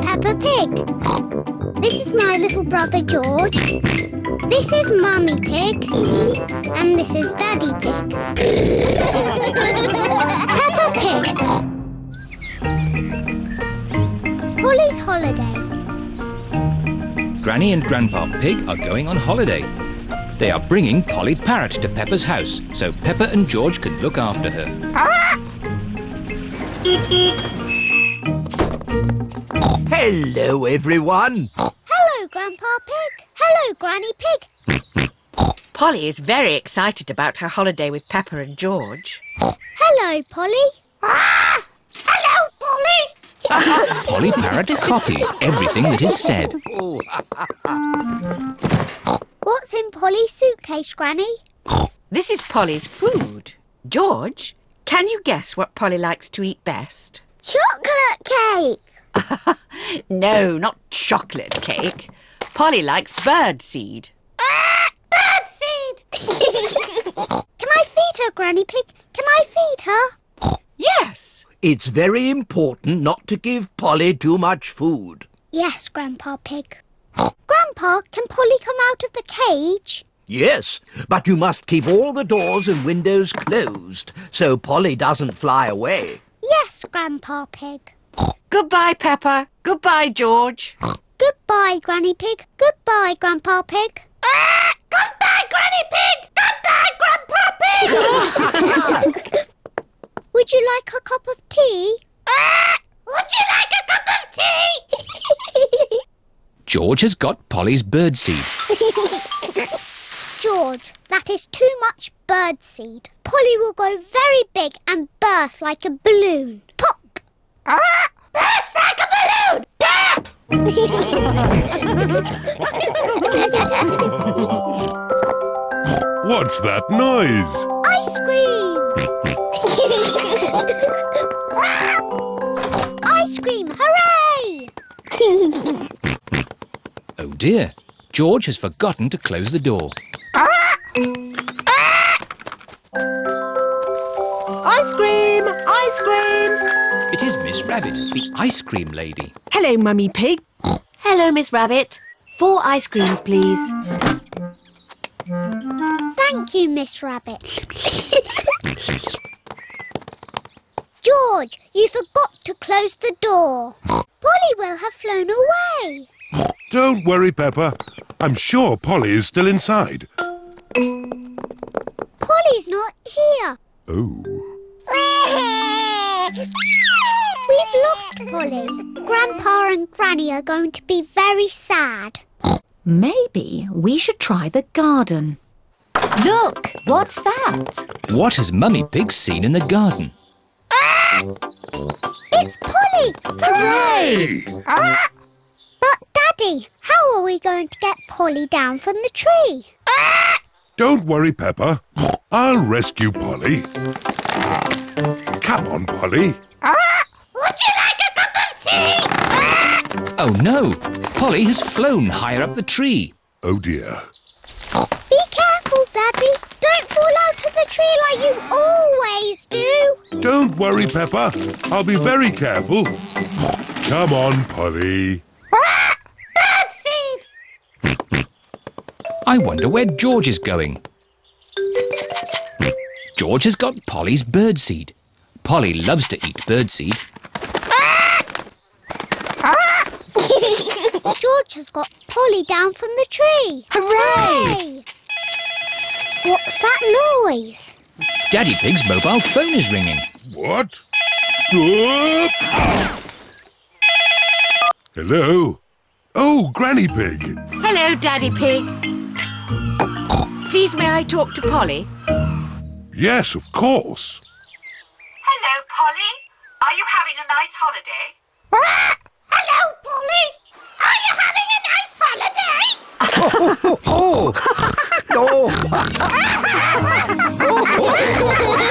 Pig. This is my little brother George. This is Mummy Pig. And this is Daddy Pig. Peppa Pig. Polly's holiday. Granny and Grandpa Pig are going on holiday. They are bringing Polly Parrot to Peppa's house so Peppa and George can look after her. Hello, everyone. Hello, Grandpa Pig. Hello, Granny Pig. Polly is very excited about her holiday with Pepper and George. Hello, Polly. Ah! Hello, Polly. Polly Parrot copies everything that is said. What's in Polly's suitcase, Granny? This is Polly's food. George, can you guess what Polly likes to eat best? Chocolate cake. No, not chocolate cake. Polly likes bird seed. Bird seed. Can I feed her, Granny Pig? Can I feed her? Yes. It's very important not to give Polly too much food. Yes, Grandpa Pig. Grandpa, can Polly come out of the cage? Yes, but you must keep all the doors and windows closed so Polly doesn't fly away. Yes, Grandpa Pig. Goodbye, Pepper. Goodbye, George. Goodbye, Granny Pig. Goodbye, Grandpa Pig. Ah, Goodbye, Granny Pig. Goodbye, Grandpa Pig. Would you like a cup of tea? Ah, Would you like a cup of tea? George has got Polly's birdseed. George, that is too much birdseed. Polly will grow very big and burst like a balloon. Pop! burst like a balloon! Pop! What's that noise? Ice cream! Ice cream, hooray! Oh dear, George has forgotten to close the door. Ice cream! Ice cream! It is Miss Rabbit, the ice cream lady. Hello, Mummy Pig. Hello, Miss Rabbit. Four ice creams, please. Thank you, Miss Rabbit. George, you forgot to close the door. Polly will have flown away. Don't worry, Pepper. I'm sure Polly is still inside. Polly's not here. Oh. We've lost Polly. Grandpa and Granny are going to be very sad. Maybe we should try the garden. Look, what's that? What has Mummy Pig seen in the garden? It's Polly! Hooray! But, Daddy, how are we going to get Polly down from the tree? Don't worry, Pepper. I'll rescue Polly. Come on, Polly. Would you like a cup of tea? Oh no, Polly has flown higher up the tree. Oh dear. Be careful, Daddy. Don't fall out of the tree like you always do. Don't worry, Pepper. I'll be very careful. Come on, Polly. Bad seed! I wonder where George is going. George has got Polly's birdseed. Polly loves to eat birdseed. Ah! George has got Polly down from the tree. Hooray! Hey! What's that noise? Daddy Pig's mobile phone is ringing. What? Oop! Hello? Oh, Granny Pig. Hello, Daddy Pig. Please, may I talk to Polly? Yes, of course. Hello, Polly. Are you having a nice holiday? Ah! Hello, Polly. Are you having a nice holiday? Oh, no.